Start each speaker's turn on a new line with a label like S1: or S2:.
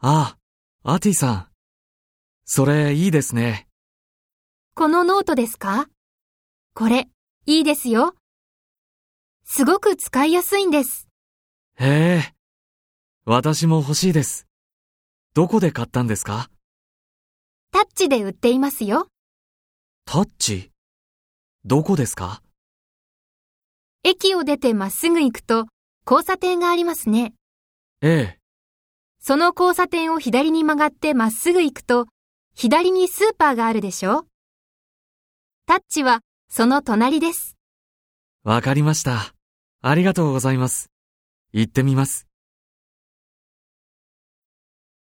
S1: あ、アティさん。それいいですね。
S2: このノートですかこれ、いいですよ。すごく使いやすいんです。
S1: へえ。私も欲しいです。どこで買ったんですか
S2: タッチで売っていますよ。
S1: タッチどこですか
S2: 駅を出てまっすぐ行くと、交差点がありますね。
S1: ええ。
S2: その交差点を左に曲がってまっすぐ行くと、左にスーパーがあるでしょタッチはその隣です。
S1: わかりました。ありがとうございます。行ってみます。